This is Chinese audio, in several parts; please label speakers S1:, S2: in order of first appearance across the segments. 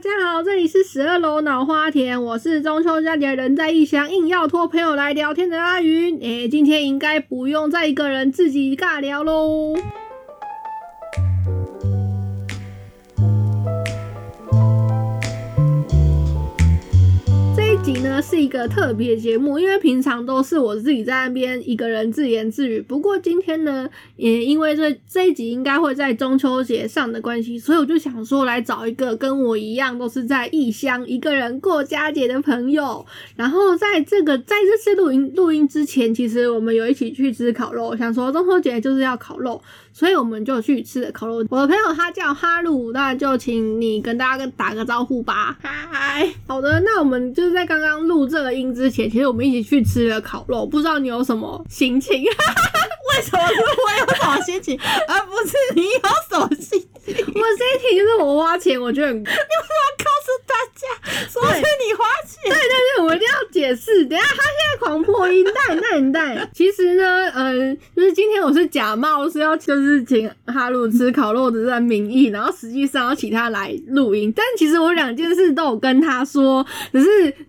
S1: 家好，这里是十二楼脑花田，我是中秋佳节人在异乡，硬要托朋友来聊天的阿云。诶、今天应该不用再一个人自己尬聊喽。这一集呢是一个特别节目，因为平常都是我自己在那边一个人自言自语。不过今天呢，也因为这这一集应该会在中秋节上的关系，所以我就想说来找一个跟我一样都是在异乡一个人过佳节的朋友。然后在这个在这次录音录音之前，其实我们有一起去吃烤肉，想说中秋节就是要烤肉，所以我们就去吃了烤肉。我的朋友他叫哈鲁，那就请你跟大家跟打个招呼吧。嗨，好的，那我们就是在刚刚录这个音之前，其实我们一起去吃了烤肉，不知道你有什么心情？
S2: 为什么是我有什么心情，而不是你有什么心情？
S1: 我心情就是我花钱，我觉得很
S2: 告诉大家，说是你花钱。
S1: 对对对，我一定要解释。等一下他现在狂破音，带带带。其实呢，嗯，就是今天我是假冒是要就是请哈鲁吃烤肉的这个名义，然后实际上要请他来录音。但其实我两件事都有跟他说，只是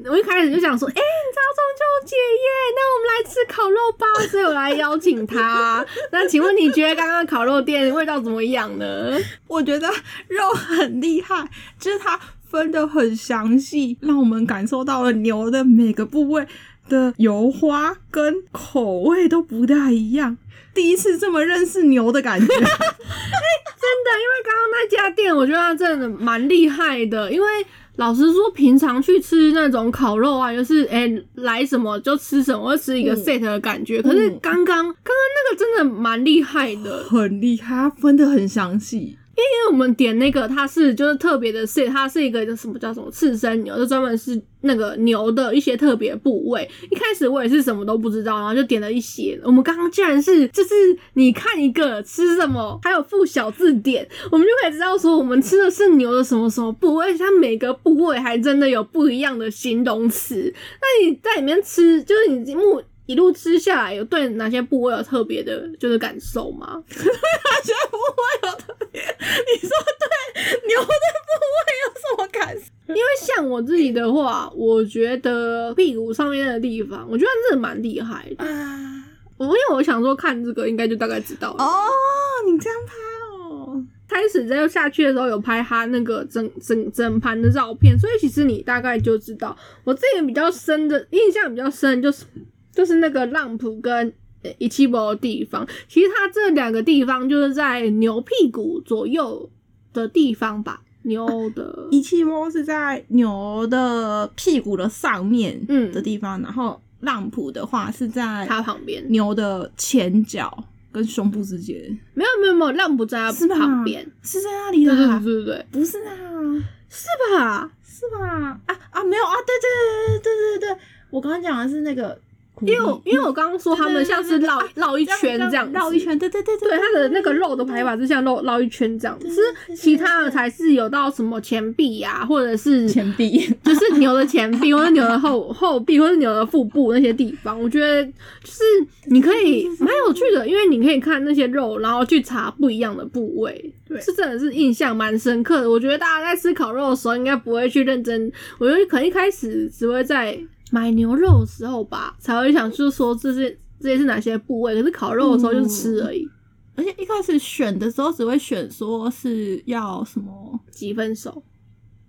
S1: 我一开始就想说，哎、你知道中秋节耶，那我们来吃烤肉吧，所以我来邀请他。 那请问你觉得刚刚烤肉店味道怎么样呢？
S2: 我觉得肉很厉害，就是它分的很详细，让我们感受到了牛的每个部位的油花跟口味都不大一样。第一次这么认识牛的感觉，
S1: 真的，因为刚刚那家店，我觉得它真的蛮厉害的。因为老实说，平常去吃那种烤肉啊，就是哎、来什么就吃什么，会吃一个
S2: 嗯
S1: set 的感觉。可是
S2: 嗯
S1: 刚刚刚刚那个真的蛮厉害的，
S2: 很厉害，它分的很详细。
S1: 因为我们点那个它是就是特别的 set，它是一个叫什么叫什么刺身牛，就专门是那个牛的一些特别部位。一开始我也是什么都不知道，然后就点了一些。我们刚刚竟然是就是你看一个吃什么，还有附小字典，我们就可以知道说我们吃的是牛的什么什么部位，而且它每个部位还真的有不一样的形容词。那你在里面吃，就是你目一路吃下来，有对哪些部位有特别的，就是感受吗？
S2: 他觉得不会有特别，你说对牛的部位有什么感受？
S1: 因为像我自己的话，我觉得屁股上面的地方，我觉得真的蛮厉害的。
S2: 啊
S1: 我因为我想说看这个，应该就大概知道了。
S2: 哦，你这样拍哦，
S1: 开始在下去的时候有拍他那个整整整盘的照片，所以其实你大概就知道。我自己比较深的印象比较深的就是就是那个浪普跟呃一七博的地方，其实它这两个地方就是在牛屁股左右的地方吧，牛的。
S2: 啊一气窝是在牛的屁股的上面
S1: 嗯
S2: 的地方，然后浪普的话是在
S1: 它旁边
S2: 牛的前脚跟胸部之间，
S1: 没有没有没有，浪普在
S2: 是
S1: 它
S2: 吧？
S1: 旁边，
S2: 是在那里
S1: 对对对
S2: 啦，
S1: 对对，
S2: 不是啊，
S1: 是吧？
S2: 是吧？啊啊，没有啊，对对对对对对，我刚刚讲的是那个苦力，
S1: 因为我因为我刚刚说他们像是绕绕一圈这样，
S2: 哎绕一。圈，对对对
S1: 对，它的那个肉的
S2: 对
S1: 排法是像绕绕一圈这样，
S2: 对
S1: 是其他的才是有到什么前臂呀，或者是
S2: 前臂。
S1: 就是牛的前臂，或者牛的后后臂，或者牛的腹部那些地方，我觉得就是你可以蛮有趣的，因为你可以看那些肉，然后去查不一样的部位，
S2: 对
S1: 是真的是印象蛮深刻的。我觉得大家在吃烤肉的时候，应该不会去认真，我觉得可能一开始只会在买牛肉的时候吧，才会想就是说这些这些是哪些部位，可是烤肉的时候
S2: 嗯
S1: 就是吃而已，
S2: 而且一开始选的时候只会选说是要什么，
S1: 几分熟。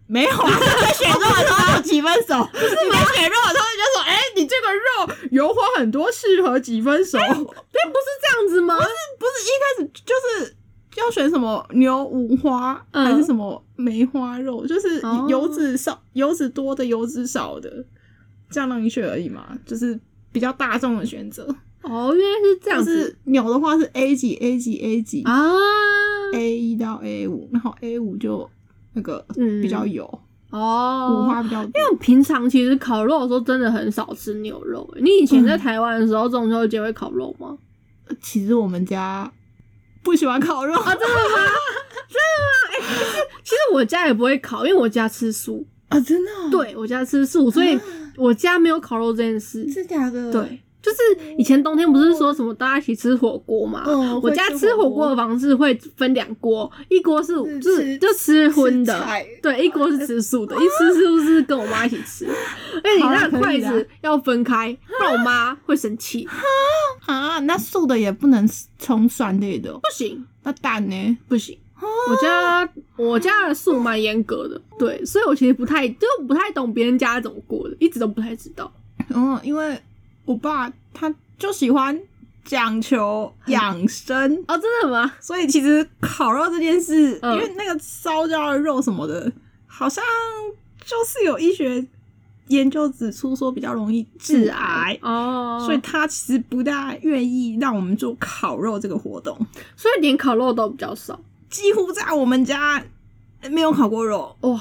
S2: 没有啊，选肉的时候有几分熟，你在选肉的时候就说，哎、你这个肉油花很多，适合几分熟，
S1: 哎，不是这样子吗？
S2: 不是一开始就是。要选什么牛五花、
S1: 嗯
S2: 还是什么梅花肉？就是
S1: 哦
S2: 油脂少、油脂多的、油脂少的，这样让你选而已嘛，就是比较大众的选择。
S1: 哦，原来是这样
S2: 就
S1: 子
S2: 是牛的话是 A 级、A 级、A 级、
S1: 啊。
S2: A 一到 A 五，然后 A 五就那个
S1: 嗯
S2: 比较油，
S1: 哦，
S2: 五花比较多。
S1: 因为我平常其实烤肉的时候真的很少吃牛肉、欸。你以前在
S2: 嗯
S1: 台湾的时候，中秋节会烤肉吗？
S2: 其实我们家不喜欢烤肉，
S1: 啊，真的吗？真的吗？哎、其实其实我家也不会烤，因为我家吃素。
S2: 啊，真的、，
S1: 对我家吃素，所以我家没有烤肉这件事。
S2: 嗯是假的。
S1: 对，就是以前冬天不是说什么大家一起吃火锅嘛？
S2: 嗯
S1: 我家吃火锅的方式会分两锅，一锅是
S2: 是
S1: 就是
S2: 吃
S1: 就吃荤的
S2: 吃菜，
S1: 对，一锅是吃素的，一吃素是跟我妈一起 吃。而且你那个
S2: 好啦可
S1: 筷
S2: 以
S1: 子要分开，不然我妈会生气。
S2: 啊，那素的也不能冲酸类的哦，
S1: 不行
S2: 那蛋呢？
S1: 不行，我家我家的素蛮严格的，对，所以我其实不太就不太懂别人家怎么过的，一直都不太知道。
S2: 嗯，因为我爸他就喜欢讲求养生，
S1: 哦，真的吗？
S2: 所以其实烤肉这件事，
S1: 嗯
S2: 因为那个烧焦的肉什么的，好像就是有医学研究指出说比较容易致癌。
S1: 哦，
S2: 所以他其实不大愿意让我们做烤肉这个活动，
S1: 所以连烤肉都比较少。
S2: 几乎在我们家没有烤过肉，
S1: 哇，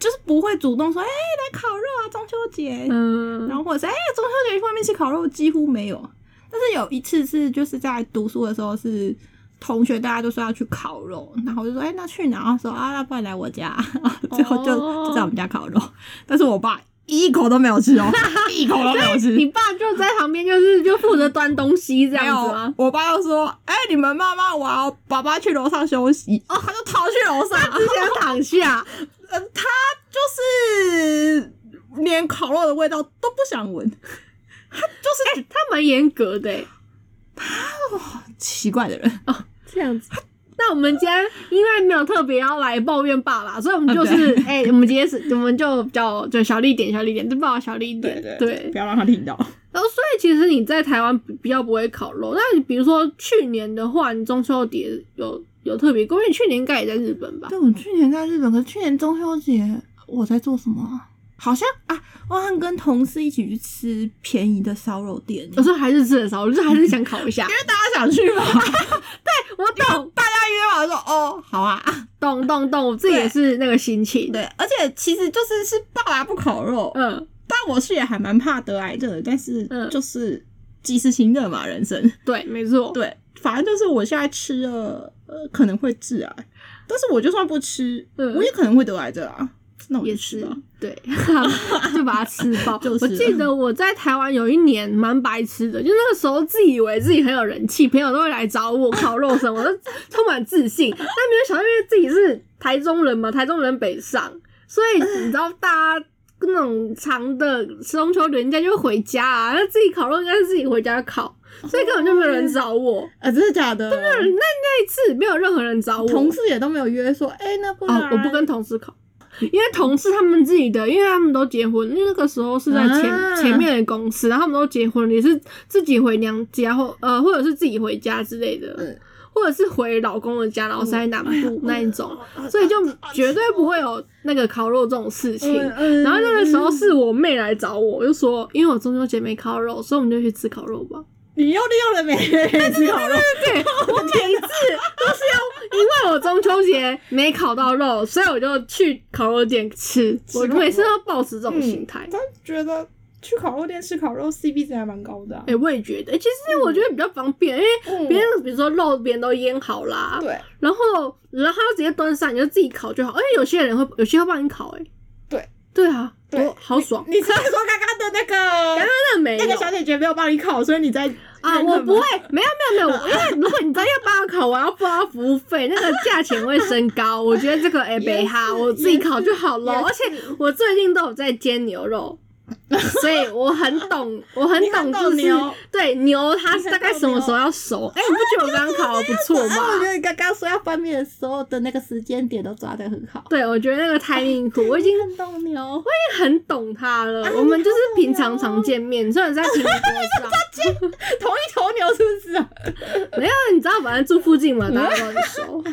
S2: 就是不会主动说，哎、来烤肉啊，中秋节，
S1: 嗯，
S2: 然后或者是哎、中秋节去外面吃烤肉几乎没有。但是有一次是就是在读书的时候是。同学大家都说要去烤肉，然后我就说：“哎、那去哪？”然后说：“啊，那不然来我家。” 最后就
S1: 哦
S2: 就在我们家烤肉，但是我爸一口都没 有吃哦，一口都没有吃。
S1: 嗯你爸就在旁边，就是就负责端东西这样
S2: 没有
S1: 子吗，？
S2: 我爸就说：“哎、你们慢慢玩哦，爸爸去楼上休息。”哦，他就逃去楼上，
S1: 只想躺 下，
S2: 呃，他就是连烤肉的味道都不想闻，他就是觉
S1: 他蛮严格的欸
S2: 得奇怪的人。
S1: 这样子。那我们今天因为没有特别要来抱怨爸爸，所以我们就是
S2: 啊对
S1: 哎、我们今天是，我们就比较就小力点，小力点，就抱小力点，
S2: 不要让他听到。
S1: 然后，所以其实你在台湾比比较不会烤肉。那你比如说去年的话，你中秋节有有特别过，因为你去年应该也在日本吧？
S2: 对，我去年在日本，可是去年中秋节我在做什么啊？好像啊，我好像跟同事一起去吃便宜的烧肉 店，
S1: 有时候还是吃的少，我就是还是想烤一 下。
S2: 为大家想去嘛，
S1: 我懂，
S2: 大家约嘛，我说哦，好啊。
S1: 懂，懂，懂，我自己也是那个心情。
S2: 对，而且其实就是是爸爸不烤肉，
S1: 嗯，
S2: 但我是也还蛮怕得癌症的，但是
S1: 嗯
S2: 就是及时行乐嘛，人生。
S1: 对，没错。
S2: 对，反正就是我现在吃了，呃，可能会致癌，但是我就算不吃，
S1: 嗯
S2: 我也可能会得癌症啊。那我就
S1: 也
S2: 吃
S1: 是
S2: 吧。
S1: 对， 就把它吃爆。
S2: 就是
S1: 我
S2: 啊
S1: 记得我在台湾有一年蛮白痴的，就那个时候自以为自己很有人气，朋友都会来找 我烤肉什么，我都充满自信。但没有想到，因为自己是台中人嘛，台中人北上，所以你知道大家。那种长的中秋连假就会回家啊，那自己烤肉应该是自己回家烤，所以根本就没有人找我。
S2: 啊，真的假的？
S1: 那一次没有任何人找我，
S2: 同事也都没有约说，哎、那不然、
S1: 啊，我不跟同事考，因为同事他们自己的，因为他们都结婚，因为那个时候是在前、
S2: 啊
S1: 前面的公司，然后他们都结婚，也是自己回娘家或呃，或者是自己回家之类的，
S2: 嗯
S1: 或者是回老公的家，然后是在南部那一种，
S2: 嗯
S1: 所以就绝对不会有那个烤肉这种事情。
S2: 嗯嗯
S1: 然后那个时候是我妹来找我，我就说，因为我中秋节没烤肉，所以我们就去吃烤肉吧。
S2: 你又利用了每个人吃烤肉，
S1: 对， 我每一次都是要，因为我中秋节没烤到肉，所以我就去烤肉店吃。
S2: 吃
S1: 我
S2: 烤肉嗯
S1: 每次都保持这种心态。
S2: 但觉得去烤肉店吃烤肉 CP 值还蛮高的、啊
S1: 哎、我也觉得、欸其实我觉得比较方便，因为
S2: 嗯啊
S1: 别人比如说肉，别人都腌好啦，
S2: 对
S1: 然后然后他就直接端上，你就自己烤就好。而且有些人会，有些会帮你烤、欸，哎，
S2: 对
S1: 对啊，
S2: 对
S1: 我好爽。
S2: 你是不是说刚刚的那个
S1: 真的没有
S2: 那个小姐姐没有帮你烤，所以你在
S1: 啊，
S2: 怨恨吗
S1: 我不会，没有没有没有，因为如果你真要帮我烤，我要付啊他服务费，那个价钱会升 高。我觉得这个哎，
S2: 也
S1: 北哈，
S2: 是
S1: 我自己烤就好了。而
S2: 也
S1: 且
S2: 是
S1: 我最近都有在煎牛 肉，所以我很懂，我很
S2: 你
S1: 懂，
S2: 很
S1: 就
S2: 懂
S1: 是
S2: 牛
S1: 对牛它
S2: 你很
S1: 大概
S2: 懂
S1: 什么
S2: 牛
S1: 时候要熟？哎，你不觉得我刚刚烤的不错吗？
S2: 我觉得你刚刚说要翻面的时候的那个时间点都抓得很好。
S1: 对，我觉得那个 timing 苦，我已经
S2: 很懂牛，
S1: 很懂它了
S2: 啊。
S1: 我们
S2: 你
S1: 就是
S2: 好
S1: 平
S2: 懂
S1: 常常
S2: 牛
S1: 见面，虽然在平常
S2: 同一头牛是不是啊？
S1: 没有，你知道，反正住附近嘛，大家都很熟。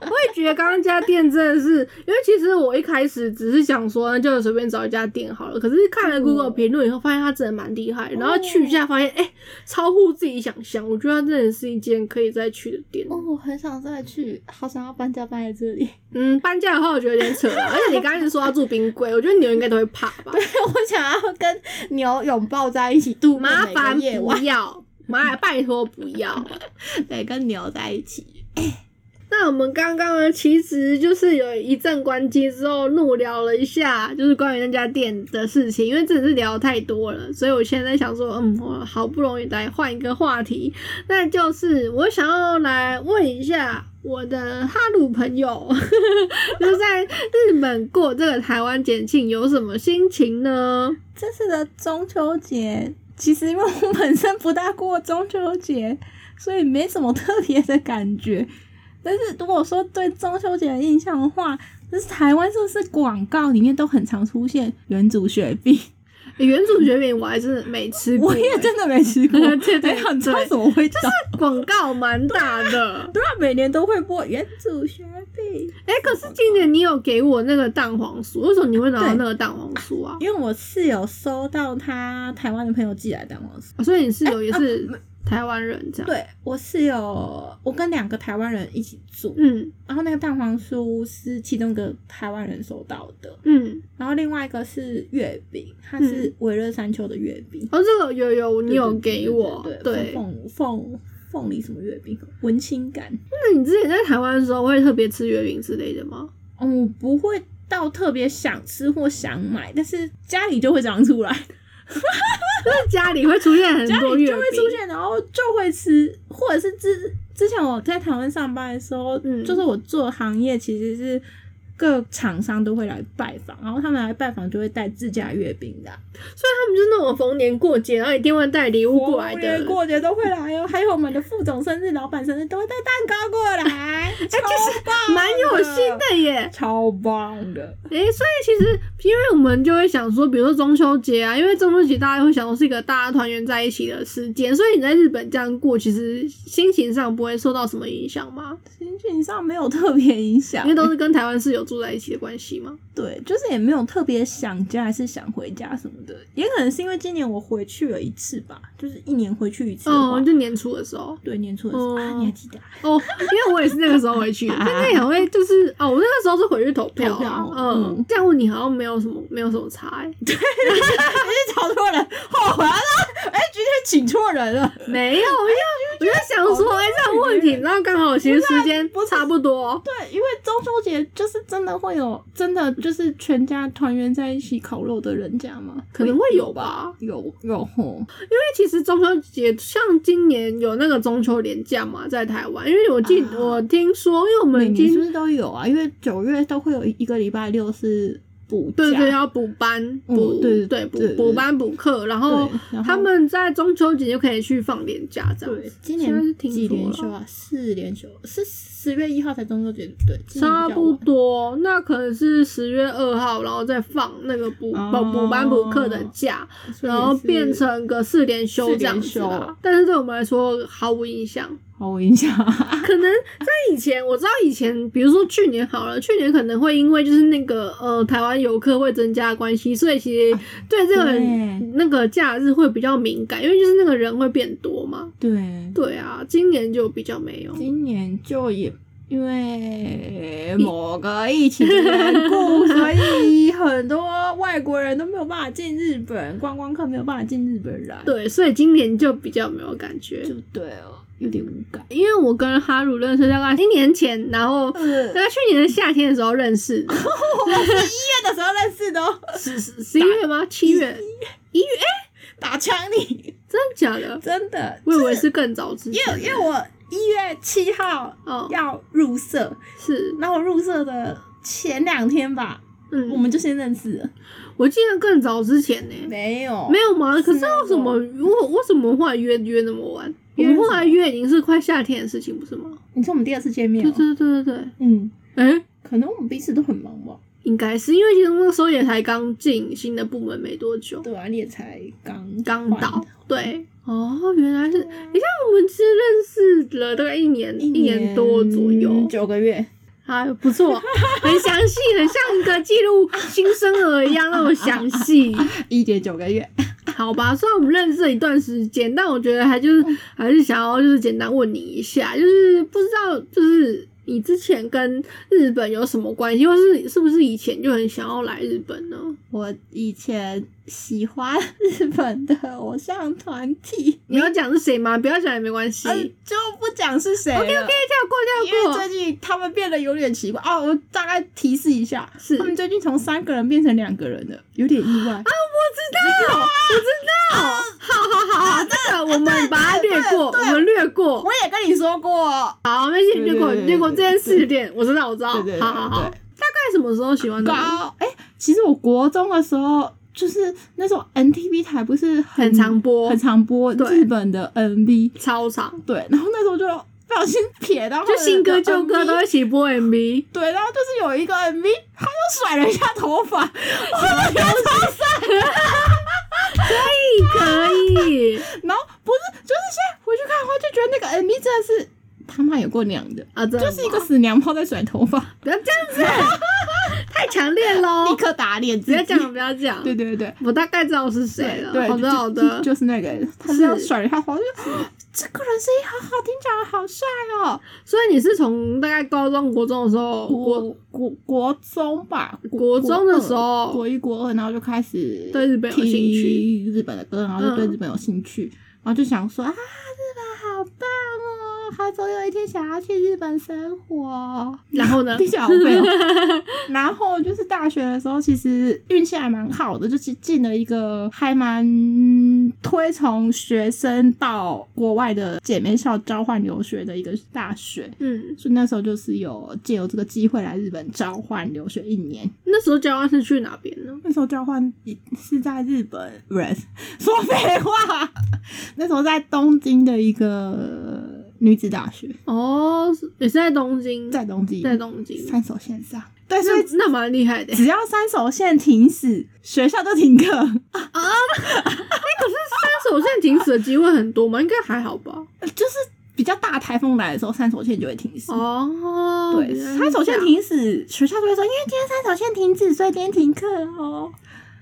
S1: 我也觉得刚刚家店真的是，因为其实我一开始只是想说，那就随便找一家店好了。可是看
S2: 嗯
S1: 了 Google 评论以后，发现它真的蛮厉害，
S2: 哦
S1: 然后去一下发现，哎、超乎自己想象。我觉得它真的是一间可以再去的店。
S2: 哦，我很想再去，好想要搬家搬来这里。
S1: 嗯，搬家的话我觉得有点扯啊，而且你刚刚说要住冰柜，我觉得牛应该都会怕 吧？
S2: 我想要跟牛拥抱在一起度过
S1: 麻
S2: 每个
S1: 烦
S2: 夜
S1: 不
S2: 晚，
S1: 要，麻拜托不要。
S2: 对，跟牛在一起。
S1: 那我们刚刚呢，其实就是有一阵关机之后，怒聊了一下，就是关于那家店的事情，因为真的是聊太多了，所以我现在想说，嗯，我好不容易来换一个话题，那就是我想要来问一下我的哈鲁朋友， 就是在日本过这个台湾节庆有什么心情呢？
S2: 这次的中秋节，其实因为我本身不大过中秋节，所以没什么特别的感觉。 但是如果说对中秋节的印象的话，就是台湾是不是广告里面都很常出现原祖雪碧？
S1: 欸原主雪饼我还真的没吃过、
S2: 我也
S1: 欸
S2: 真的没吃过，
S1: 对对
S2: 哎很知道
S1: 对
S2: 怎么会就是
S1: 广告蛮大的。
S2: 对啊，每年都会播原祖雪碧，
S1: 哎、可是今年你有给我那个蛋黄酥，为什么你会拿到那个蛋黄酥啊？
S2: 因为我室友收到他台湾的朋友寄来蛋黄酥。
S1: 哦所以你室友也是台湾人这样？，
S2: 哎啊对我室友，我跟两个台湾人一起住，
S1: 嗯
S2: 然后那个蛋黄酥是其中一个台湾人收到的，
S1: 嗯，
S2: 然后另外一个是月饼，它是维热山丘的月饼。
S1: 哦，这个有有嗯你有
S2: 对对
S1: 给我，
S2: 对凤凤凤梨什么月饼，文青感。
S1: 那你之前在台湾的时候会特别吃月饼之类的吗？
S2: 嗯，我不会到特别想吃或想买，但是家里就会长出来，
S1: 那家里会出现很
S2: 家
S1: 多
S2: 里
S1: 月
S2: 就
S1: 饼
S2: 会，出现，然后就会吃，或者是之之前我在台湾上班的时候，
S1: 嗯
S2: 就是我做的行业其实是。各厂商都会来拜访，然后他们来拜访就会带自家月饼的啊、
S1: 所以他们就是那种逢年过节，然后一定会带礼物过来
S2: 逢
S1: 的
S2: 年。过节都会来哦。还有我们的副总生日、老板生日都会带蛋糕过 来，超棒，
S1: 哎蛮有心的耶，
S2: 超棒的。
S1: 诶、所以其实因为我们就会想说，比如说中秋节啊，因为中秋节大家会想说是一个大家团圆在一起的时间，所以你在日本这样过，其实心情上不会受到什么影响吗？
S2: 心情上没有特别影响，
S1: 因为都是跟台湾室友住在一起的关系吗？
S2: 对，就是也没有特别想家，还是想回家什么的。也可能是因为今年我回去了一次吧， 就是一年回去一次的话。
S1: 哦，就年初的时候。
S2: 对，年初的时候、啊，
S1: 哦
S2: 你还记得啊？
S1: 哦，因为我也是那个时候回去，但那也会就是哦，我那个时候是回去投票
S2: 投票
S1: 啊，嗯
S2: 嗯，
S1: 这样问你好像没有什么没有什么差欸，
S2: 你找错人，后悔了。哎、今天请错人了。
S1: 没有，因为我就想说，哎，这个问题，然后刚好其实时间
S2: 哦不是
S1: 差不多，
S2: 对，因为中秋节就是真的会有，真的就是全家团圆在一起烤肉的人家吗？
S1: 可能会有吧。
S2: 有有吼，
S1: 因为其实中秋节像今年有那个中秋连假嘛，在台湾，因为我记、
S2: 啊
S1: 我听说，因为我
S2: 每
S1: 们已
S2: 年是不
S1: 经
S2: 是都有啊？因为九月都会有一个礼拜六是补假，嗯
S1: 对对要补班补、
S2: 对
S1: 对补
S2: 对
S1: 补班补课，然后
S2: 对然后
S1: 他们在中秋节就可以去放年假这样
S2: 对
S1: 子，。
S2: 今
S1: 现在是
S2: 年
S1: 听
S2: 几
S1: 说
S2: 连
S1: 了
S2: 休啊？四连休，是十月一号才中秋节，对不对，今年
S1: 差
S2: 比较
S1: 不
S2: 晚。
S1: 多，那可能是十月二号，然后再放那个补补
S2: 哦
S1: 补班补课的假，
S2: 所以
S1: 然后
S2: 也是
S1: 变成个四连休
S2: 四
S1: 这样
S2: 连
S1: 子啦
S2: 休。啊
S1: 但是对我们来说毫无影响。
S2: 好，我印象。
S1: 可能在以前，我知道以前，比如说去年好了，去年可能会因为就是那个呃台湾游客会增加的关系，所以其实对这个、
S2: 对
S1: 那个假日会比较敏感，因为就是那个人会变多嘛。
S2: 对，
S1: 对啊，今年就比较没有。
S2: 今年就也因 为某个疫情的缘故，所以很多外国人都没有办法进日本，观光客没有办法进日本来，
S1: 对，所以今年就比较没有感觉。
S2: 就对哦，有点无 感。
S1: 因为我跟哈鲁认识大概一年前，然后
S2: 嗯
S1: 大概去年的夏天的时候认识的，
S2: 一月的时候认识的哦，
S1: 十十十一月吗？七月？
S2: 打枪你，
S1: 真的假的？
S2: 真的，
S1: 我以为是更早之
S2: 因
S1: 前
S2: 为。因为我一月七号
S1: 哦，
S2: 要入社，
S1: 是，
S2: 然后我入社的前两天吧，
S1: 嗯，
S2: 我们就先认识了。
S1: 我记得更早之前呢、
S2: 没有
S1: 没
S2: 有，
S1: 有吗？可是
S2: 是啊
S1: 为什么我为什么后来约约那么晚？我
S2: 约
S1: 们
S2: 什么
S1: 后来约已经是快夏天的事情，不是吗？
S2: 你说我们第二次见面、
S1: 对
S2: 哦，
S1: 对对对对，
S2: 嗯，
S1: 哎、
S2: 可能我们彼此都很忙吧。
S1: 应该是因为其实那时候也才刚进新的部门没多久，
S2: 对啊，你也才刚
S1: 刚
S2: 换
S1: 到，对。哦，原来是，你像我们其实认识了大概一年
S2: 一
S1: 年多左右，
S2: 九个月。
S1: 啊，不错，很详细，很像一个记录新生儿一样那么详细。
S2: 一点九个月，
S1: 好吧，虽然我们认识了一段时间，
S2: 嗯
S1: 但我觉得还就是还是想要就是简单问你一下，就是不知道就是你之前跟日本有什么关系，或是是不是以前就很想要来日本呢？
S2: 我以前喜欢日本的偶像团体，
S1: 你要讲是谁吗？不要讲也没关系。
S2: 呃，就不讲是谁了。
S1: OK OK，跳
S2: 因为
S1: 过跳过
S2: 最。近他们变得有点奇怪哦，我大概提示一下，
S1: 是
S2: 他们最近从三个人变成两个人了，有点意外啊！我知道，
S1: 好好好好，这个我们把它略过，
S2: 对
S1: 我
S2: 对
S1: 们略过
S2: 我。也跟你说过，
S1: 好，没事，略过
S2: 对对对
S1: 略过这
S2: 对
S1: 件事有点，我知道我知道。
S2: 对对对
S1: 好好好，大
S2: 对
S1: 概什么时候喜欢的？
S2: 高哎、其实我国中的时候，就是那种 NTV 台不是很
S1: 很常播
S2: 很常播
S1: 对
S2: 日本的 NV，
S1: 超长，
S2: 对，然后那时候就不小心撇到
S1: 就新歌
S2: 哥
S1: 旧歌都一起播 MV。
S2: 对，然后就是有一个 MV，他就甩了一下头发，
S1: 哎可以
S2: 然后不是，就是现在回去看的话，就觉得那个 MV 真的是他妈有过娘的，
S1: 啊，真的
S2: 就
S1: 吗
S2: 是一个死娘炮在甩头发，
S1: 不要这样 子，太强烈喽
S2: 立！刻打脸
S1: 哦不
S2: 直
S1: 要
S2: 接
S1: 这样，不要这样。
S2: 对对对。
S1: 我大概知道是谁
S2: 对
S1: 了。
S2: 对，
S1: 好的
S2: 就
S1: 好的
S2: 就，就是那个，他
S1: 是
S2: 这样甩了一下头发，就啊这个人声音好好听，长得好帅哦。
S1: 所以你是从大概高中、国中的时候，国
S2: 国国国中吧，
S1: 国中的时
S2: 二
S1: 候
S2: 国一国二，然后就开始
S1: 对日本有兴趣
S2: 听日本的歌，然后就对
S1: 嗯
S2: 日本有兴趣，然后就想说啊，日本好棒哦，好总有一天想要去日本生活。
S1: 然后呢？
S2: 听起来好废哦然后就是大学的时候，其实运气还蛮好的，就是进了一个还蛮推崇学生到国外的姐妹校交换留学的一个大学。
S1: 嗯，
S2: 所以那时候就是有借由这个机会来日本交换留学一年。
S1: 那时候交换是去哪边呢？
S2: 那时候交换是在日本，不是说废话。那时候在东京的一个女子大学，
S1: 哦，是也是在东京，
S2: 在东京，
S1: 在东京。
S2: 三手线上。对，所以
S1: 那那蛮厉害的。
S2: 只要三手线停驶，学校就停课。
S1: 三手线停止的机会很多吗？应该还好吧。
S2: 就是比较大台风来的时候，三手线就会停驶。
S1: 哦，
S2: 对，
S1: 原来是
S2: 三手
S1: 这
S2: 线
S1: 样，
S2: 停驶，学校就会说，因为今天三手线停止，所以今天停课哦。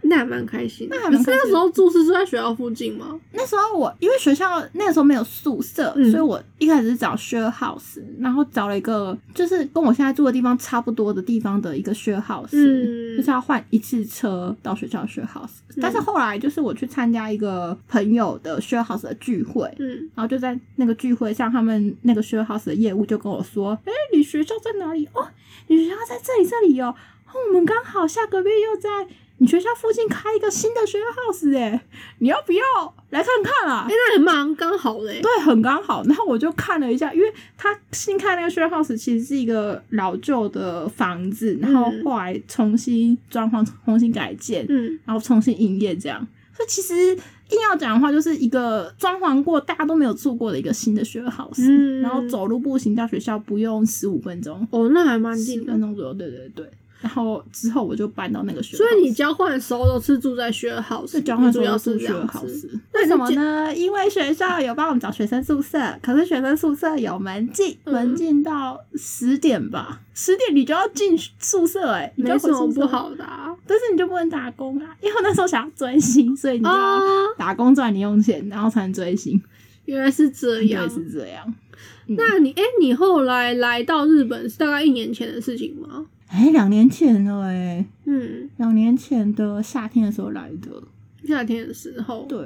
S1: 那还蛮开心的。
S2: 那还蛮
S1: 可是
S2: 开
S1: 那
S2: 心
S1: 时候住是住在学校附近吗？
S2: 那时候我因为学校那个时候没有宿舍，
S1: 嗯
S2: 所以我一开始是找 share house，然后找了一个就是跟我现在住的地方差不多的地方的一个 share house，、
S1: 嗯
S2: 就是要换一次车到学校 share house。但是后来就是我去参加一个朋友的 share house 的聚会，
S1: 嗯，
S2: 然后就在那个聚会上，他们那个 share house 的业务就跟我说：“哎、你学校在哪里？哦，你学校在这里这里哦。哦，我们刚好下个月又在你学校附近开一个新的 share house，哎，你要不要来看看啊
S1: 哎，？”那还蛮刚好的欸。
S2: 对，很刚好。然后我就看了一下，因为他新开那个 share house 其实是一个老旧的房子，然后
S1: 嗯
S2: 后来重新装潢、重新改建，
S1: 嗯，
S2: 然后重新营业这样。所以其实硬要讲的话，就是一个装潢过大家都没有住过的一个新的学 house，、
S1: 嗯
S2: 然后走路步行到学校不用十五分钟，
S1: 哦，那还蛮
S2: 十
S1: 近的
S2: 分。钟左右，对对对。然后之后我就搬到那个学 house，
S1: 所以你交换的时候都是住在学好，
S2: 是交换
S1: 主
S2: 宿
S1: 要
S2: 舍
S1: 是
S2: 是
S1: 这
S2: 学
S1: 样
S2: house
S1: 子。。
S2: 为什么呢？因为学校有帮我们找学生宿舍，可是学生宿舍有门禁，
S1: 嗯
S2: 门禁到十点吧，十点你就要进宿舍、哎，你就
S1: 没
S2: 回
S1: 什么
S2: 宿舍
S1: 不，好的啊，
S2: 但是你就不能打工啊，因为我那时候想要追星，所以你就要
S1: 哦
S2: 打工赚零用钱，然后才能追星。
S1: 原来是这
S2: 也
S1: 样。
S2: 是这样。
S1: 那你哎、你后来来到日本是大概一年前的事情吗？
S2: 哎，两年前了哎，
S1: 嗯，
S2: 两年前的夏天的时候来的。
S1: 夏天的时候，
S2: 对，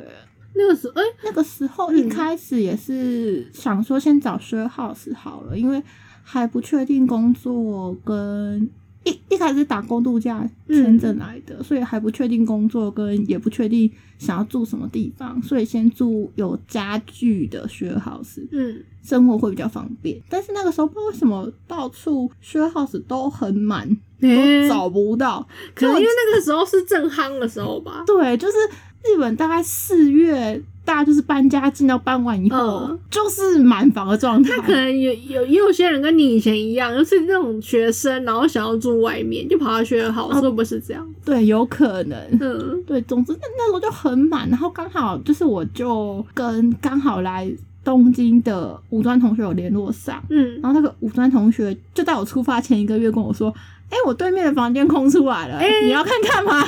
S1: 那个时候哎、
S2: 那个时候
S1: 嗯
S2: 一开始也是想说先找 share house 好了，因为还不确定工作跟。一一开始是打工度假签证来的，所以还不确定工作，跟也不确定想要住什么地方，所以先住有家具的 share house。
S1: 嗯，
S2: 生活会比较方便。但是那个时候不知道为什么到处 share house 都很满，
S1: 哎
S2: 都找不到。
S1: 可能
S2: 就
S1: 因为那个时候是正夯的时候吧。
S2: 对，就是日本大概四月，大家就是搬家进到搬完以后，
S1: 嗯
S2: 就是满房的状态
S1: 那。可能有有也有些人跟你以前一样，就是那种学生，然后想要住外面，就跑到学好，
S2: 哦
S1: 会不会是这样？
S2: 对，有可能。
S1: 嗯
S2: 对，总之那那时候就很满，然后刚好就是我就跟刚好来东京的五专同学有联络上，
S1: 嗯，
S2: 然后那个五专同学就在我出发前一个月跟我说：“哎、我对面的房间空出来了，
S1: 哎
S2: 你要看看吗？”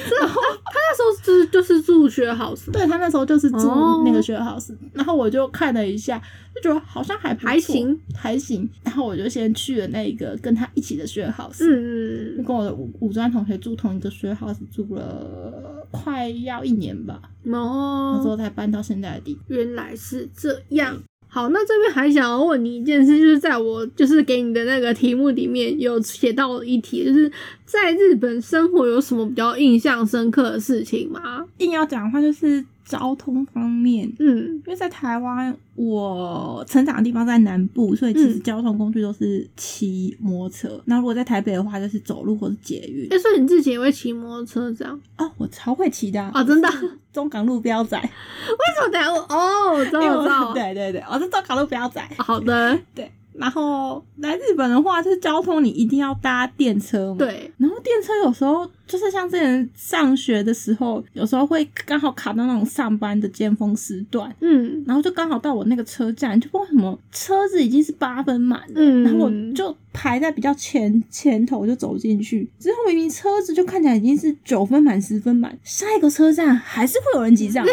S1: 他那时候就是就是住学好 o
S2: 对他那时候就是住
S1: 哦
S2: 那个 share house，、然后我就看了一下，就觉得好像还不错
S1: 还行
S2: 还行，然后我就先去了那个跟他一起的 share house，、
S1: 嗯，
S2: 跟我的五五专同学住同一个 share house 住了快要一年吧，然后之
S1: 哦，
S2: 后才搬到现在的地方。
S1: 原来是这样。好，那这边还想要问你一件事，就是在我就是给你的那个题目里面有写到一题，就是在日本生活有什么比较印象深刻的事情吗？
S2: 硬要讲的话，就是交通方面，
S1: 嗯，
S2: 因为在台湾，我成长的地方在南部，所以其实
S1: 嗯
S2: 交通工具都是骑摩托车。那、如果在台北的话，就是走路或是捷运。
S1: 哎、所以你自己也会骑摩托车这样？
S2: 哦，我超会骑的啊、
S1: 哦，真的？
S2: 中港路标仔，
S1: 为什么等下我？哦，我知 道，
S2: 因为
S1: 我
S2: 我
S1: 知道。
S2: 嗯对对哦对，我是中港路标仔。
S1: 好的，
S2: 对，然后来日本的话，就是交通你一定要搭电车嘛。。
S1: 对，
S2: 然后电车有时候就是像之前上学的时候，有时候会刚好卡到那种上班的尖峰时段，
S1: 嗯
S2: 然后就刚好到我那个车站，就不知道为什么车子已经是八分满了，
S1: 嗯
S2: 然后我就排在比较前前头就走进去，之后明明车子就看起来已经是九分满、十分满，下一个车站还是会有人挤上来。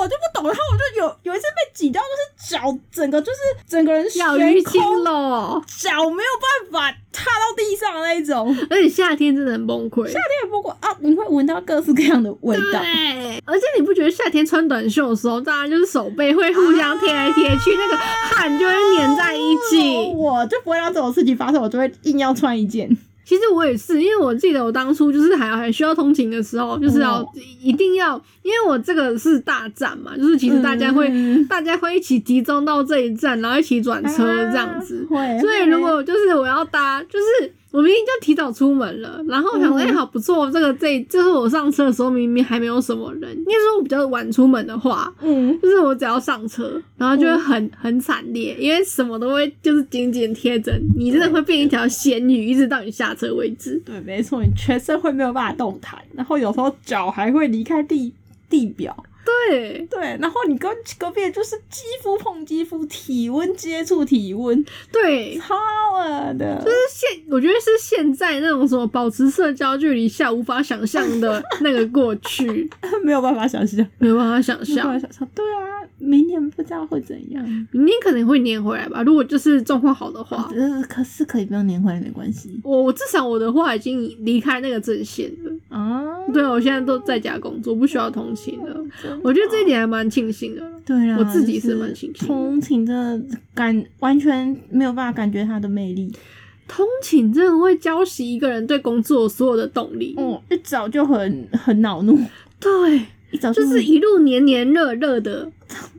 S2: 我就不懂，然后我就有 有一次被挤到，就是脚整个就是整个人悬
S1: 要淤青
S2: 空，
S1: 喽，
S2: 脚没有办法踏到地上的那一种。
S1: 而且夏天真的很崩溃。
S2: 那也不过啊，你会闻到各式各样的味道。
S1: 对，而且你不觉得夏天穿短袖的时候，大家就是手背会互相贴来贴去，那个汗就会粘在一起。
S2: 我就不会让这种事情发生，我就会硬要穿一件。
S1: 其实我也是，因为我记得我当初就是还还需要通勤的时候，就是要、
S2: 哦
S1: 一定要，因为我这个是大站嘛，就是其实大家会、
S2: 嗯
S1: 大家会一起集中到这一站，然后一起转车这样子。
S2: 啊会。
S1: 所以如果就是我要搭，就是我明明就提早出门了，然后我想说，
S2: 嗯
S1: 哎、好不错，这个这就是我上车的时候明明还没有什么人，应该说我比较晚出门的话。
S2: 嗯，
S1: 就是我只要上车，然后就会很、很惨烈，因为什么都会就是紧紧贴着你，真的会变一条咸鱼，一直到你下车为止。
S2: 对，没错，你全身会没有办法动弹，然后有时候脚还会离开地地表。
S1: 对
S2: 对，然后你跟隔壁的就是肌肤碰肌肤，体温接触体温，
S1: 对，
S2: 超恶的。
S1: 现我觉得是现在那种什么保持社交距离下无法想象的那个过 去，
S2: 没有办法想象，
S1: 没有办法想
S2: 没有
S1: 象
S2: 办法。想象。对啊，明年不知道会怎样。
S1: 明天可能会粘回来吧，如果就是状况好的话。
S2: 呃，可是可以不用年回来没关系
S1: 我我至少我的话已经离开那个阵线了，
S2: 啊。
S1: 对我现在都在家工作，不需要通勤了。我觉得这一点还蛮庆幸的。
S2: 对啦，
S1: 我自己
S2: 就是
S1: 蛮庆幸的
S2: 通勤真的感完全没有办法感觉它的魅力。
S1: 通勤真的会浇熄一个人对工作所有的动力。
S2: 嗯，一早就很很恼怒，
S1: 对，
S2: 一早
S1: 就是一路黏黏热热的，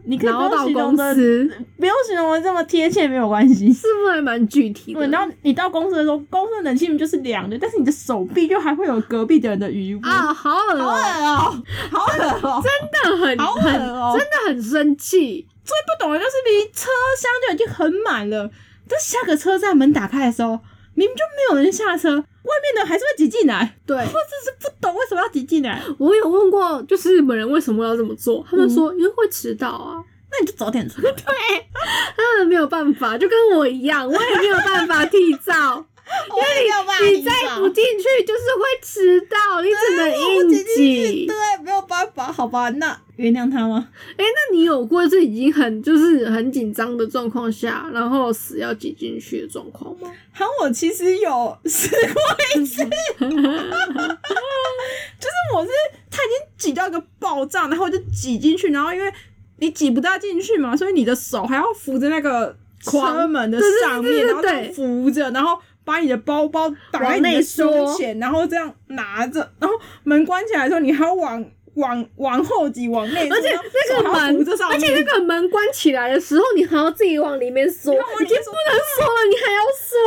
S2: 你可以
S1: 然
S2: 不
S1: 后
S2: 用
S1: 到
S2: 形
S1: 公
S2: 容的，
S1: 司，
S2: 不用形容的这么贴切没有关系。
S1: 是不是还蛮具体的？
S2: 对，啊嗯然后你到公司的时候，公司的冷气明就是凉的，但是你的手臂就还会有隔壁的人的余温，
S1: 啊，好恶、喔，
S2: 好恶哦、好恶哦、真
S1: 真的很
S2: 好恶
S1: 很
S2: 哦
S1: 真的很生气。
S2: 最不懂的就是明明车厢就已经很满了，但下个车站门打开的时候，明明就没有人下车，外面的还是会挤进来。
S1: 对
S2: 或者是不懂为什么要挤进来，
S1: 我有问过，就是日本人为什么要这么做？他们
S2: 嗯
S1: 说因为会迟到啊。
S2: 那你就早点出 来。
S1: 他们没有办法，就跟我一样，我也没有办法提 早。
S2: 因为
S1: 你再不进去就是会迟到，你只能
S2: 不
S1: 硬
S2: 啊进去，
S1: 挤。
S2: 对，没有办法，好吧，那原谅他吗？
S1: 哎、那你有过是已经很就是很紧张的状况下，然后死要挤进去的状况吗？
S2: 好，我其实有试过一次， 就是我是他已经挤到一个爆炸，然后我就挤进去，然后因为你挤不大进去嘛，所以你的手还要扶着那个
S1: 框
S2: 车门的
S1: 对对
S2: 上面，
S1: 对对
S2: 然后
S1: 对
S2: 就扶着，然后把你的包包打在
S1: 往
S2: 你
S1: 内
S2: 的胸
S1: 缩
S2: 前，然后这样拿着，然后门关起来的时候，你还要往往往后挤，往内缩，
S1: 而且
S2: 然后
S1: 那个
S2: 手还
S1: 门，而
S2: 要扶着上面，
S1: 且那个门关起来的时候，你还要自己往里面缩，
S2: 然后我
S1: 已
S2: 就
S1: 经
S2: 说
S1: 不能缩了，你还要缩。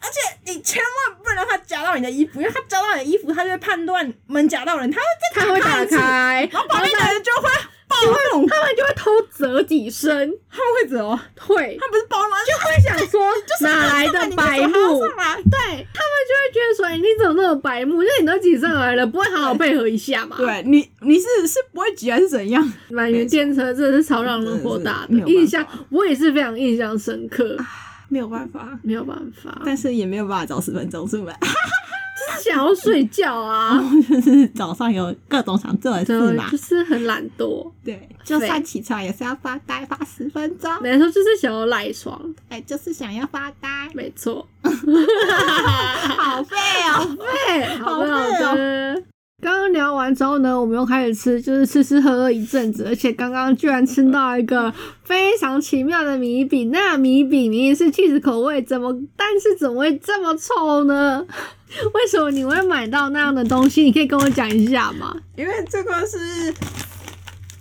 S2: 而且你千万不能让它夹到你的衣服，因为它夹到你的衣服，它就会判断门夹到人，它会再
S1: 它会打
S2: 一次，
S1: 开，
S2: 然后旁边的人就会暴怒，
S1: 他们就会偷折几声，
S2: 他们会走，
S1: 会。
S2: 他不是暴怒吗，就会
S1: 想说哪来的白目？
S2: 上来，对
S1: 他们就会觉得说，哎、你怎么那么白目？就是你都挤上来了，不会好好配合一下嘛？，
S2: 对，你你是是不会挤还是怎样？
S1: 满员电车真的是超让人火大
S2: 真
S1: 的
S2: 的是没有
S1: 印
S2: 办
S1: 象
S2: 法，
S1: 我也是非常印象深刻。
S2: 没有办法，
S1: 没有办法，
S2: 但是也没有办法早十分钟出门，
S1: 想要睡觉啊，
S2: 就是早上有各种想做的事
S1: 对
S2: 嘛，
S1: 就。是很懒惰，
S2: 对，就算起床也是要发呆八十分钟。
S1: 没错，就是想要赖床，
S2: 哎，就是想要发呆，
S1: 没错。
S2: 好废哦。
S1: 对， 好的
S2: 好累哦
S1: 好的。刚刚聊完之后呢，我们又开始吃，就是吃吃喝喝一阵子，而且刚刚居然吃到一个非常奇妙的米饼，那米饼明明是 cheese 口味，怎么但是怎么会这么臭呢？ 为什么你会买到那样的东西？你可以跟我讲一下吗？
S3: 因为这个是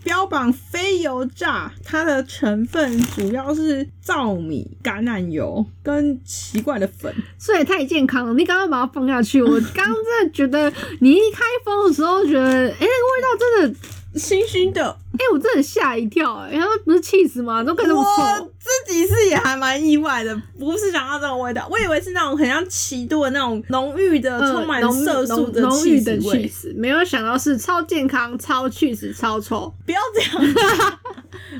S3: 标榜非油炸，它的成分主要是糙米、橄榄油跟奇怪的粉。
S1: 所以太健康了，你刚刚把它放下去，我 刚刚真的觉得你一开封的时候觉得，哎、那个味道真的，
S3: 熏熏的，
S1: 哎、我真的吓一跳、哎，他们不是 cheese 吗？都跟那么臭
S3: 我。自己是也还蛮意外的，不是想要这种味道，我以为是那种很像奇多的那种浓郁的、
S1: 呃
S3: 充满
S1: 浓
S3: 色素
S1: 浓浓郁
S3: 气
S1: 的
S3: 质味。
S1: cheese，没有想到是超健康、超 cheese、超臭。
S3: 不要这样，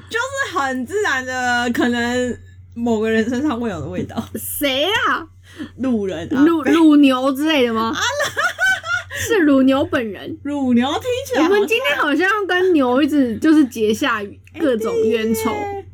S3: 就是很自然的，可能某个人身上会有的味道。
S1: 谁啊？
S3: 路人啊，
S1: 乳乳牛之类的吗？ 是乳牛本人。
S3: 乳牛听起
S1: 我
S3: 来好像，
S1: 们今天好像要跟牛一直就是结下各
S3: 哎
S1: 种冤仇，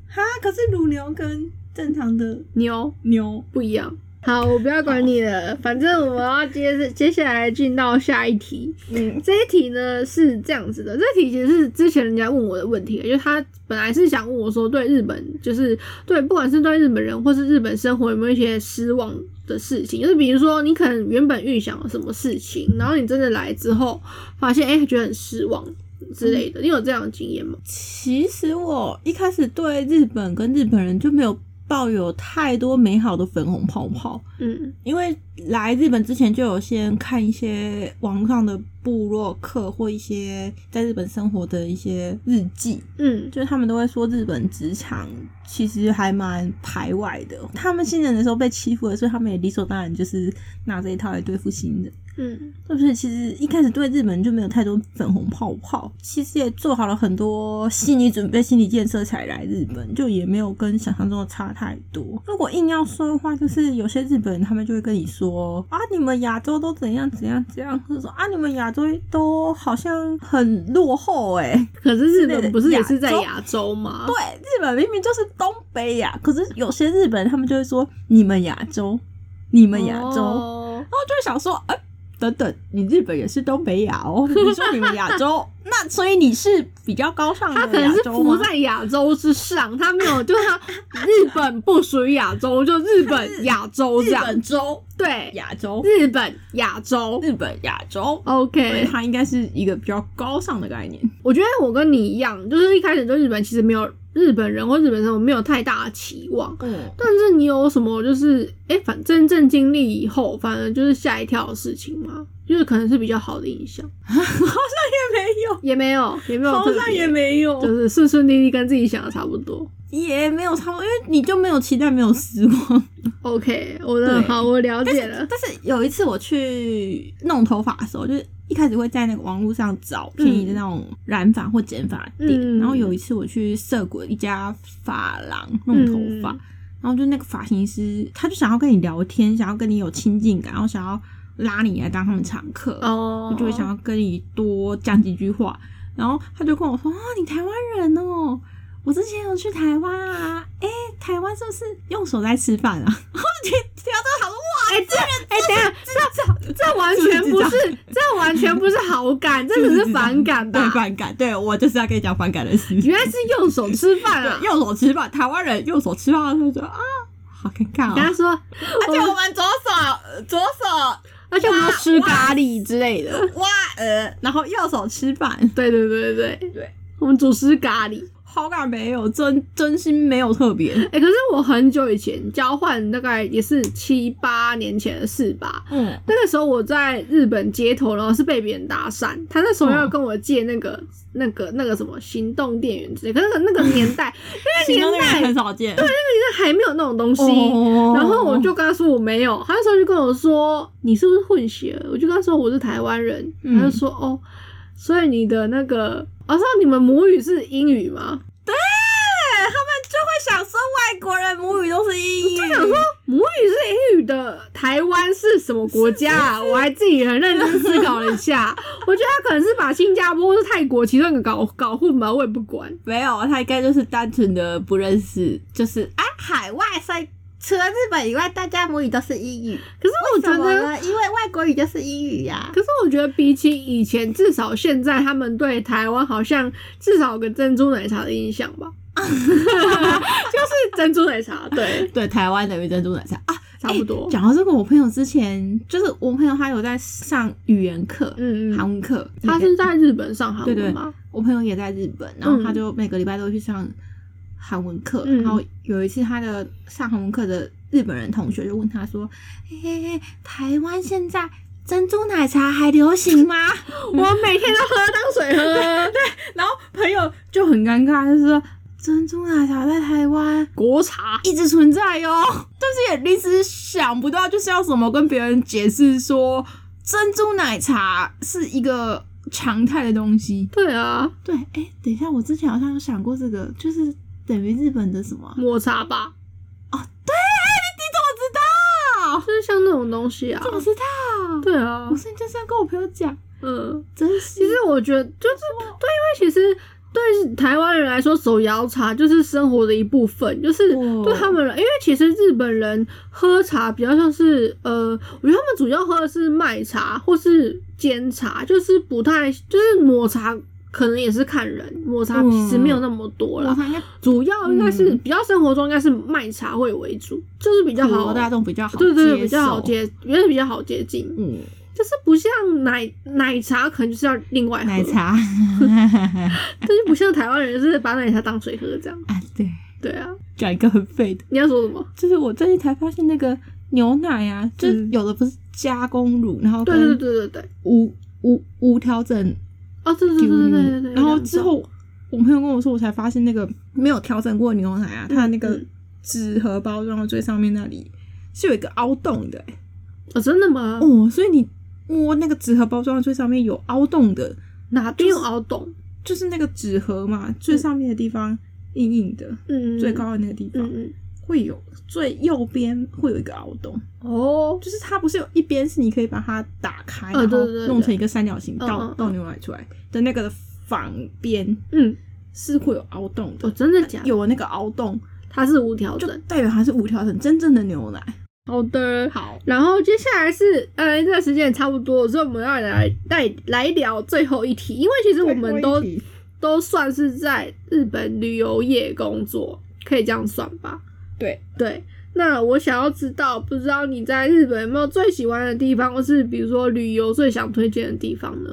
S3: 哈，可是乳牛跟正常的
S1: 牛
S3: 牛
S1: 不一样。好，我不要管你了，反正我们要接接下来进到下一题。
S3: 嗯，
S1: 这一题呢是这样子的，这题其实是之前人家问我的问题，就是他本来是想问我说对日本，就是对不管是对日本人或是日本生活有没有一些失望的事情，就是比如说你可能原本预想了什么事情，然后你真的来之后发现哎、诶觉得很失望之类
S2: 嗯
S1: 的，你有这样的经验吗？
S2: 其实我一开始对日本跟日本人就没有抱有太多美好的粉红泡泡，
S1: 嗯
S2: 因为来日本之前就有先看一些网上的部落客或一些在日本生活的一些日记，
S1: 嗯
S2: 就是他们都会说日本职场其实还蛮排外的，他们新人的时候被欺负了，所以他们也理所当然就是拿这一套来对付新人。
S1: 嗯
S2: 就是其实一开始对日本就没有太多粉红泡泡，其实也做好了很多心理准备、心理建设才来日本，就也没有跟想象中的差太多。如果硬要说的话，就是有些日本人他们就会跟你说啊，你们亚洲都怎样怎样怎样，或者说啊，你们亚洲都好像很落后哎、
S1: 可是日
S2: 之类的
S1: 本不是也是在
S2: 亚洲
S1: 亚洲吗？
S2: 对，日本明明就是东北亚，可是有些日本人他们就会说你们亚洲，你们亚洲。
S1: 哦
S2: 然后就会想说，哎、等等，你日本也是东北 亚哦，你说你们亚洲， 那所以你是比较高尚
S1: 他可
S2: 的
S1: 能
S2: 亚
S1: 是
S2: 洲
S1: 浮
S2: 吗？
S1: 在亚洲之上，他没有，就是他日本不属于亚洲，就日本亚洲这
S2: 日
S1: 样，
S2: 本洲、
S1: 对，
S2: 亚洲、
S1: 日本亚洲。
S2: 日本亚洲，所以
S1: OK，嗯
S2: 它应该是一个比较高尚的概念。
S1: 我觉得我跟你一样，就是一开始对日本其实没有日本人或日本生活没有太大的期望，
S2: 嗯，
S1: 但是你有什么就是哎、诶反真正经历以后，反而就是吓一跳的事情吗？就是可能是比较好的印象，
S3: 也
S1: 也没有，也没
S3: 没有，
S1: 有
S3: 好
S1: 特
S3: 像
S1: 别，
S3: 也没有，
S1: 就是顺顺利利跟自己想的差不多。
S2: 也没有超，因为你就没有期待，没有失望。
S1: OK，我的
S2: 对
S1: 好，我了解了。
S2: 但是有一次我去弄头发的时候，就是一开始会在那个网络上找便宜的那种染发或剪发店，
S1: 嗯
S2: 然后有一次我去涩谷一家发廊弄头发，
S1: 嗯
S2: 然后就那个发型师他就想要跟你聊天，想要跟你有亲近感，然后想要拉你来当他们常客，
S1: 哦，
S2: 我就会想要跟你多讲几句话，然后他就跟我说啊，你台湾人哦。我之前有去台湾啊，哎、台湾是不是用手在吃饭啊？ 然后听听到这个，想说
S1: 哎、这哎、等一下，这这完全不，
S2: 就是
S1: 这完全不是好感，这只是反感
S2: 对
S1: 吧？
S2: 反感，对我就是要跟你讲反感的事。
S1: 原来是用手吃饭啊！
S2: 对，右手吃饭，台湾人右手吃饭，就觉得啊，好尴尬
S1: 跟他
S2: 哦。
S1: 说，
S3: 而且我们左手左手
S1: 而且我们要吃咖喱之类的。
S3: 哇呃，
S2: 然后右手吃饭，
S1: 对对对对对
S3: 对，
S1: 我们主吃咖喱。
S2: 好感没有，真真心没有特别。
S1: 哎、可是我很久以前交换，大概也是七八年前的事吧。
S2: 嗯，
S1: 那个时候我在日本街头，然后是被别人搭讪，他那时候要跟我借那个、那个那个什么行动电源之类，可是那个那个年 代，那
S2: 行
S1: 个
S2: 动那
S1: 年
S2: 个
S1: 代
S2: 很少见。对，
S1: 那还没有那种东西。
S2: 哦
S1: 然后我就跟他说我没有，他那时候就跟我说你是不是混血儿？我就跟他说我是台湾人，
S2: 嗯
S1: 他就说哦，所以你的那个，我、哦、说你们母语是英语吗？
S2: 就会想说外国人母语都是英语，
S1: 母语是英语的，台湾是什么国家、啊？我还自己很认真思考了一 下，我觉得他可能是把新加坡或是泰国其中一个搞搞混吧，我也不管。
S2: 没有，他应该就是单纯的不认识，就是啊，海外在除了日本以外，大家母语都是英语。
S1: 可是我
S2: 怎
S1: 觉
S2: 么
S1: 得
S2: 呢？因为外国语就是英语呀、
S1: 可是我觉得比起以前，至少现在他们对台湾好像至少有个珍珠奶茶的印象 吧，就是珍珠奶茶， 对，
S2: 对，台湾等于珍珠奶茶啊，
S1: 差不多
S2: 欸。讲、到这个，我朋友之前就是我朋友，他有在上语言课，
S1: 嗯
S2: 韩
S1: 嗯，
S2: 文课，
S1: 他是在日本上韩
S2: 对对
S1: 文吗？
S2: 我朋友也在日本，然后他就每个礼拜都会去上韩文课。
S1: 嗯
S2: 然后有一次，他的上韩文课的日本人同学就问他说：“嘿嘿嘿，台湾现在珍珠奶茶还流行吗
S1: 我每天都喝当水喝，？”
S2: 然后 朋友就很尴尬，就是说。珍珠奶茶在台湾
S1: 国茶。
S2: 一直存在哟，但是也一直想不到就是要怎么跟别人解释说珍珠奶茶是一个常态的东西。
S1: 对啊，
S2: 对，哎，等一下，我之前好像有想过这个，就是等于日本的什么啊？
S1: 抹茶吧，
S2: 哦你怎么知道？
S1: 就是像那种东西啊
S2: 怎。么知道？
S1: 对啊
S2: 我，瞬间这样跟我朋友讲，
S1: 嗯，
S2: 真
S1: 其
S2: 是
S1: 实我觉得就是对，因为其实对台湾人来说，手摇茶就是生活的一部分，就是
S2: 哦
S1: 对他们来，因为其实日本人喝茶比较像是呃，我觉得他们主要喝的是麦茶或是煎茶，就是不太就是抹茶。可能也是看人，抹茶其实没
S2: 嗯
S1: 有那么多啦
S2: 我，看应该
S1: 主要应该是
S2: 嗯
S1: 比较生活中应该是麦茶会为主，就是比较
S2: 普
S1: 好
S2: 罗大众比较好，
S1: 对对对，比较好。接，也是比较好接近。
S2: 嗯，
S1: 就是不像奶奶茶，可能就是要另外喝
S2: 奶，茶
S1: 但是不像台湾人就是把奶茶当水喝这样。
S2: 啊，对，
S1: 对啊，
S2: 讲一个很废的，
S1: 你要说什么？
S2: 就是我最近才发现那个牛奶啊，就是
S1: 嗯
S2: 有的不是加工乳，然后
S1: 对对
S2: 跟
S1: 对对对，
S2: 无无无调整
S1: 哦，对对对
S2: 丢
S1: 对
S2: 入
S1: 对对对。
S2: 然后
S1: 有两
S2: 之
S1: 种，
S2: 后我朋友跟我说，我才发现那个没有调整过的牛奶啊，它的那个
S1: 嗯
S2: 纸盒包装的最上面那里是有一个凹洞的、欸
S1: 哦，真的吗？
S2: 哦，所以你摸那个纸盒包装的最上面有凹洞的，
S1: 哪边有凹洞？
S2: 就是那个纸盒嘛，最上面的地方硬硬的，
S1: 嗯，
S2: 最高的那个地方
S1: 嗯。嗯
S2: 会有最右边会有一个凹洞，
S1: 嗯，哦，
S2: 就是它不是有一边是你可以把它打开，
S1: 呃
S2: 然后
S1: 对对对对
S2: 弄成一个三角形
S1: 嗯
S2: 倒
S1: 嗯
S2: 倒牛奶出来的那个的反边
S1: 嗯，
S2: 是会有凹洞的
S1: 哦，。真的假的？
S2: 有了那个凹洞，
S1: 它是无调
S2: 就
S1: 整。哦
S2: 代表它是无调整真正的牛奶。
S1: 好的，
S2: 好，
S1: 然后接下来是，呃，这个时间也差不多了，所以我们要来来来聊最后一题，因为其实我们都都算是在日本旅游业工作，可以这样算吧？
S2: 对
S1: 对。那我想要知道，不知道你在日本有没有最喜欢的地方，或是比如说旅游最想推荐的地方呢？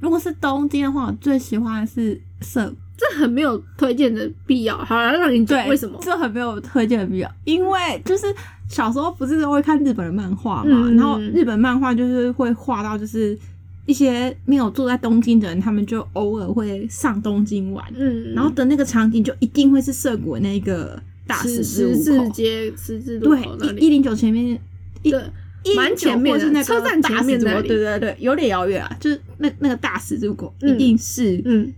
S2: 如果是东京的话，我最喜欢的是涩
S1: 这很没有推荐的必要。好了，让你讲
S2: 对，
S1: 为什么？
S2: 这很没有推荐的必要，因为就是小时候不是都会看日本的漫画嘛，
S1: 嗯
S2: 然后日本漫画就是会画到就是一些没有住在东京的人，他们就偶尔会上东京玩，
S1: 嗯，
S2: 然后的那个场景就一定会是涩谷的那个大
S1: 十
S2: 十
S1: 十
S2: 字路
S1: 字
S2: 口，
S1: 街十字路口那
S2: 对，一
S1: 里，
S2: 一零九前面一
S1: 对，
S2: 一
S1: 蛮前面的
S2: 或是那个
S1: 车站
S2: 大
S1: 前面
S2: 十字
S1: 那里
S2: 路口对对对，有点遥远啊，就是那那个大十字路口、
S1: 嗯
S2: 一定是
S1: 嗯，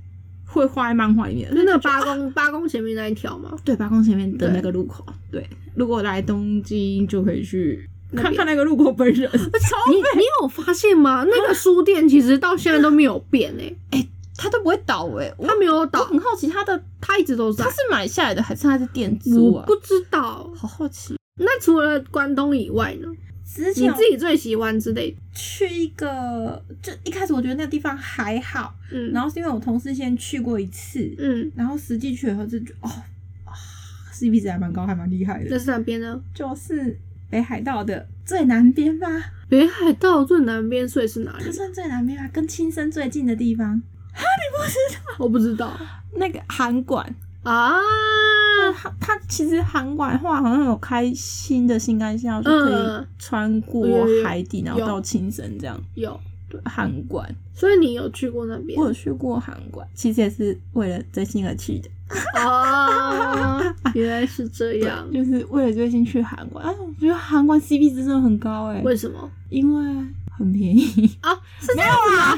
S2: 会画在漫画里面的，
S1: 就那八公八公前面那一条嘛。
S2: 对八公前面的
S1: 对
S2: 那个路口。啊对，如果来东京就可以去
S1: 那边
S2: 看看那个路口本 人，超
S1: 你你有发现吗？那个书店其实到现在都没有变诶、
S2: 它都不会倒哎、 我
S1: 它没有
S2: 我
S1: 倒，
S2: 很好奇它的
S1: 它一直都在
S2: 它。是买下来的还是它是店租
S1: 我
S2: 啊？
S1: 不知道。
S2: 好好奇。
S1: 那除了关东以外呢？
S2: 之
S1: 你
S2: 前
S1: 自己最喜欢之类的？
S2: 去一个，就一开始我觉得那个地方还好，
S1: 嗯，
S2: 然
S1: 后
S2: 后是因为我同事先去过一次，
S1: 嗯，
S2: 然后实际去了以后就觉得哦啊，CP 值还蛮高，还蛮厉害
S1: 那
S2: 的，
S1: 是哪边呢？
S2: 就是北海道的最南边吧，
S1: 北海道最南边，所以是哪里
S2: 它？ 算最南边吧，跟青森最近的地方，
S1: 我不知道
S2: 那个韩馆。
S1: 啊。
S2: 那它它其实韩馆的话，好像有开新的新干线，就可以
S1: 嗯
S2: 穿过
S1: 有有有
S2: 海底，然后
S1: 有
S2: 到青森这样。
S1: 有，
S2: 对，韩馆
S1: 所以你有去过那边
S2: 我有去过韩馆，其实也是为了追星而去的。
S1: 哦？原来是这样
S2: 对，。就是为了追星去韩馆。哎，我觉得韩馆 CP 值真的很高哎、
S1: 为什么
S2: 因为很便宜。
S1: 啊？是这
S2: 没
S1: 样
S2: 有啦，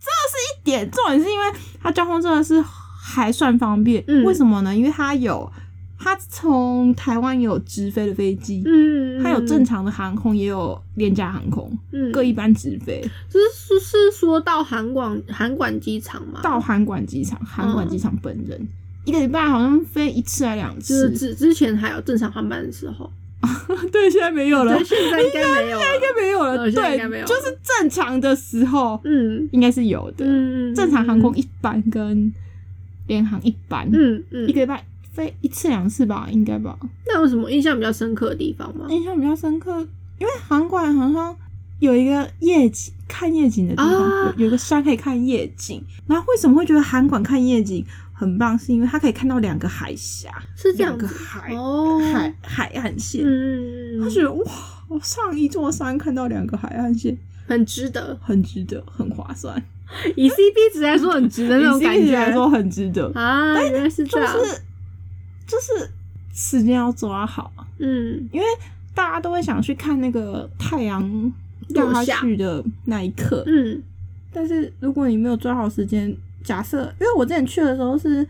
S2: 这是一点。重点是因为它交通真的是还算方便。
S1: 嗯
S2: 为什么呢？因为它有它从台湾有直飞的飞机，
S1: 嗯，
S2: 它有正常的航空，也有廉价航空，
S1: 嗯，
S2: 各一班直飞
S1: 是是是说到韩广韩馆机场嘛，
S2: 到韩馆机场，韩馆机场本人、一个礼拜好像飞一次还两
S1: 就是
S2: 次，
S1: 之之前还有正常航班的时候，
S2: 对，现在没有了，
S1: 所以
S2: 应
S1: 现在应该没有 了，
S2: 该没有了，
S1: 呃现在应该没
S2: 对，
S1: 有
S2: 就是正常的时候
S1: 嗯
S2: 应该是有的，
S1: 嗯，
S2: 正常航空一班跟联航一班，
S1: 嗯嗯
S2: 一，个礼拜飞一次两次吧，应该吧。
S1: 那有什么印象比较深刻的地方吗？
S2: 印象比较深刻，因为韩馆好像有一个夜景，看夜景的地方，
S1: 啊
S2: 有有一个山可以看夜景。然后为什么会觉得韩馆看夜景很棒？是因为它可以看到两个海峡，
S1: 是这
S2: 两
S1: 样
S2: 个
S1: 子
S2: 海、
S1: 哦，
S2: 海海岸线。
S1: 嗯，嗯
S2: 他
S1: 嗯
S2: 觉得哇，我上一座山看到两个海岸线，
S1: 很值得，
S2: 很值得，很划算。
S1: 以 CP 值来说很值得 那种
S2: 以
S1: 感
S2: CP
S1: 觉
S2: 来说很值得，
S1: 啊，原来是这
S2: 就
S1: 样，
S2: 是
S1: 啊
S2: 就是时间要抓好。啊
S1: 嗯
S2: 因为大家都会想去看那个太阳掉
S1: 落
S2: 下
S1: 下
S2: 去的那一刻，
S1: 嗯
S2: 但是
S4: 如果你没有抓好时间，假设因为我之前去的时候是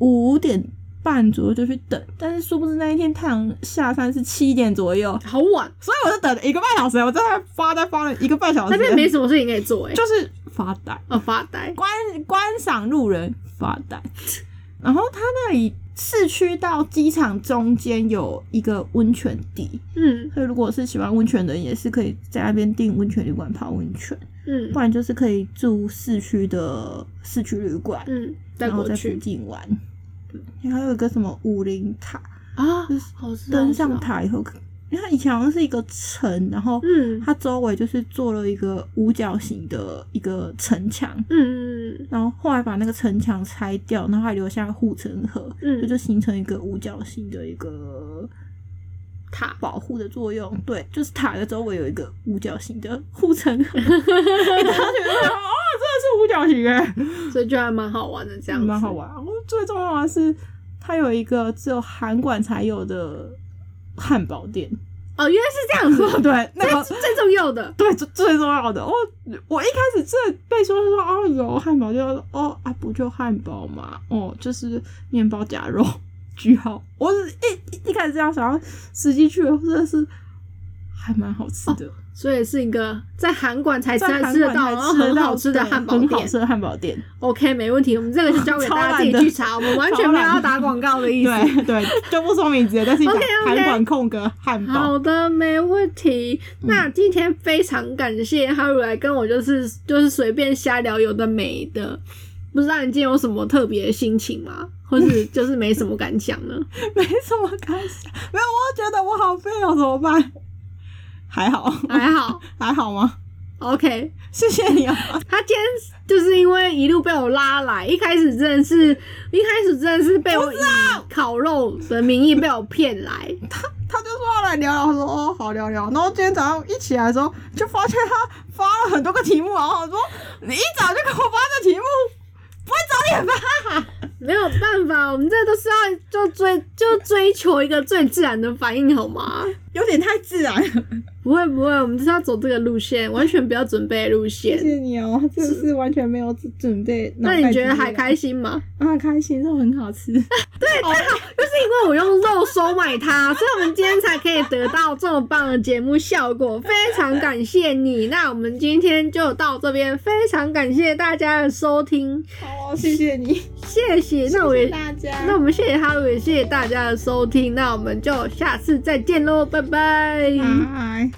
S4: 五点半左右就去等，
S2: 但是殊不知那一天太阳下山是七点左右，
S1: 好晚，
S2: 所以我就等了一个半小时，我在那发呆发了一个半小时，
S1: 那边没什么事情可以做哎，
S2: 就是发呆
S1: 哦发呆，
S2: 观观赏路人发呆，然后他那里市区到机场中间有一个温泉地，
S1: 嗯
S2: 所以如果是喜欢温泉的人，也是可以在那边订温泉旅馆泡温泉。
S1: 嗯
S2: 不然就是可以住市区的市区旅馆，
S1: 嗯，带
S2: 然后
S1: 过
S2: 在附
S1: 去
S2: 近玩。对，还有一个什么武陵塔，
S1: 啊
S2: 就是，
S1: 好是
S2: 登上，塔以后，因为它以前好像是一个城，然后
S1: 嗯
S2: 它周围就是做了一个五角形的一个城墙，
S1: 嗯嗯
S2: 然后后来把那个城墙拆掉，然后还留下护城河，
S1: 嗯
S2: 这就形成一个五角形的一个
S1: 塔
S2: 保护的作用。对，就是塔的周围有一个五角形的护城 河，欸大家觉得哦，真的是五角形哎、
S1: 嗯，所以就还蛮好玩的这样，
S2: 蛮好，玩。啊我最重要的是，它有一个只有韩馆才有的汉堡 店。
S1: 哦，原来是这样子，
S2: 对，那
S1: 最
S2: 个
S1: 最重要的，
S2: 对最最重要的，我我一开始这被说说哦有汉堡店，我说哦啊不就汉堡嘛，哦就是面包夹肉。句号，我是一一一开始这样想，实际去了真的是还蛮好吃的，
S1: 所以是一个在韩馆哦才吃
S2: 在韩
S1: 吃得
S2: 馆
S1: 到，
S2: 才
S1: 然后
S2: 吃得
S1: 很
S2: 到
S1: 好吃的
S2: 对
S1: 汉堡
S2: 很好
S1: 店
S2: 吃。的汉堡店，
S1: OK，没问题，我们这个 就交给
S2: 超
S1: 大家自
S2: 懒
S1: 己
S2: 的
S1: 去查，我们完全没有
S2: 超懒
S1: 要
S2: 的
S1: 打广告的意思。
S2: 对对，就不说名字了，但是讲
S1: OK，OK
S2: 韩馆空格汉堡，
S1: 好的，没问题。
S2: 嗯
S1: 那今天非常感谢哈鲁来跟我，就是就是随便瞎聊有的没的。不知道你今天有什么特别的心情吗？或是就是没什么感想 呢？
S2: 没什么感想，没有，我觉得我好废哦，怎么办？还好，
S1: 还好
S2: 还好吗？
S1: ，OK。
S2: 谢谢你啊，
S1: 他今天就是因为一路被我拉来，一开始真的是，一开始真的是被我以烤肉的名义被我骗来，
S2: 他就说要来聊聊，我说哦，好聊聊。然后今天早上一起来的时候，就发现他发了很多个题目，然后我说你一早就给我发这题目，不会早点发？
S1: 没有办法，我们这都是要就追就追求一个最自然的反应，好吗？
S2: 有点太自然了。
S1: 不会不会，我们就是要走这个路线，完全不要准备的路
S2: 谢
S1: 线。
S2: 谢你哦，这是完全没有准备。
S1: 那你觉得还开心吗？
S2: 啊，开心，肉很好吃。
S1: 就是因为我用肉收买它，所以我们今天才可以得到这么棒的节目效果，非常感谢你。那我们今天就到这边，非常感谢大家的收听，
S2: 好、哦，谢谢你，
S1: 谢谢。那我也
S2: 谢谢大家。
S1: 那我们谢谢哈鲁，
S2: 嗯
S1: 也谢谢大家的收听，那我们就下次再见喽，拜拜。
S2: 拜。